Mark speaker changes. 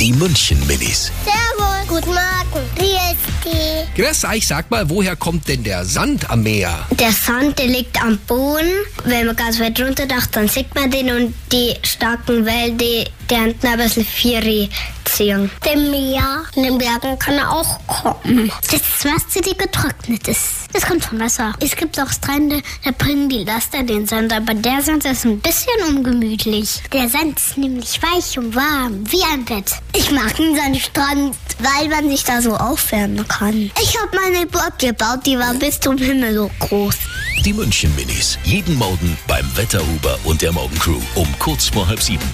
Speaker 1: Die München Minis.
Speaker 2: Servus. Guten Morgen. Wie ist die?
Speaker 1: Grüß euch, sag mal, woher kommt denn der Sand am Meer?
Speaker 2: Der Sand, der liegt am Boden. Wenn man ganz weit runter dacht, dann sieht man den und die starken Wellen, die deren ein bisschen Fieri ziehen. Dem Meer, in den Bergen kann er auch kommen. Das ist Wasser, die getrocknet ist. Das kommt vom Wasser. Es gibt auch Strände, da bringen die Laster den Sand, aber der Sand ist ein bisschen ungemütlich. Der Sand ist nämlich weich und warm, wie ein Bett. Ich mag einen Sandstrand, weil man sich da so aufwärmen kann. Ich habe meine Burg gebaut, die war bis zum Himmel so groß.
Speaker 1: Die München Minis. Jeden Morgen beim Wetterhuber und der Morgencrew um kurz vor halb sieben.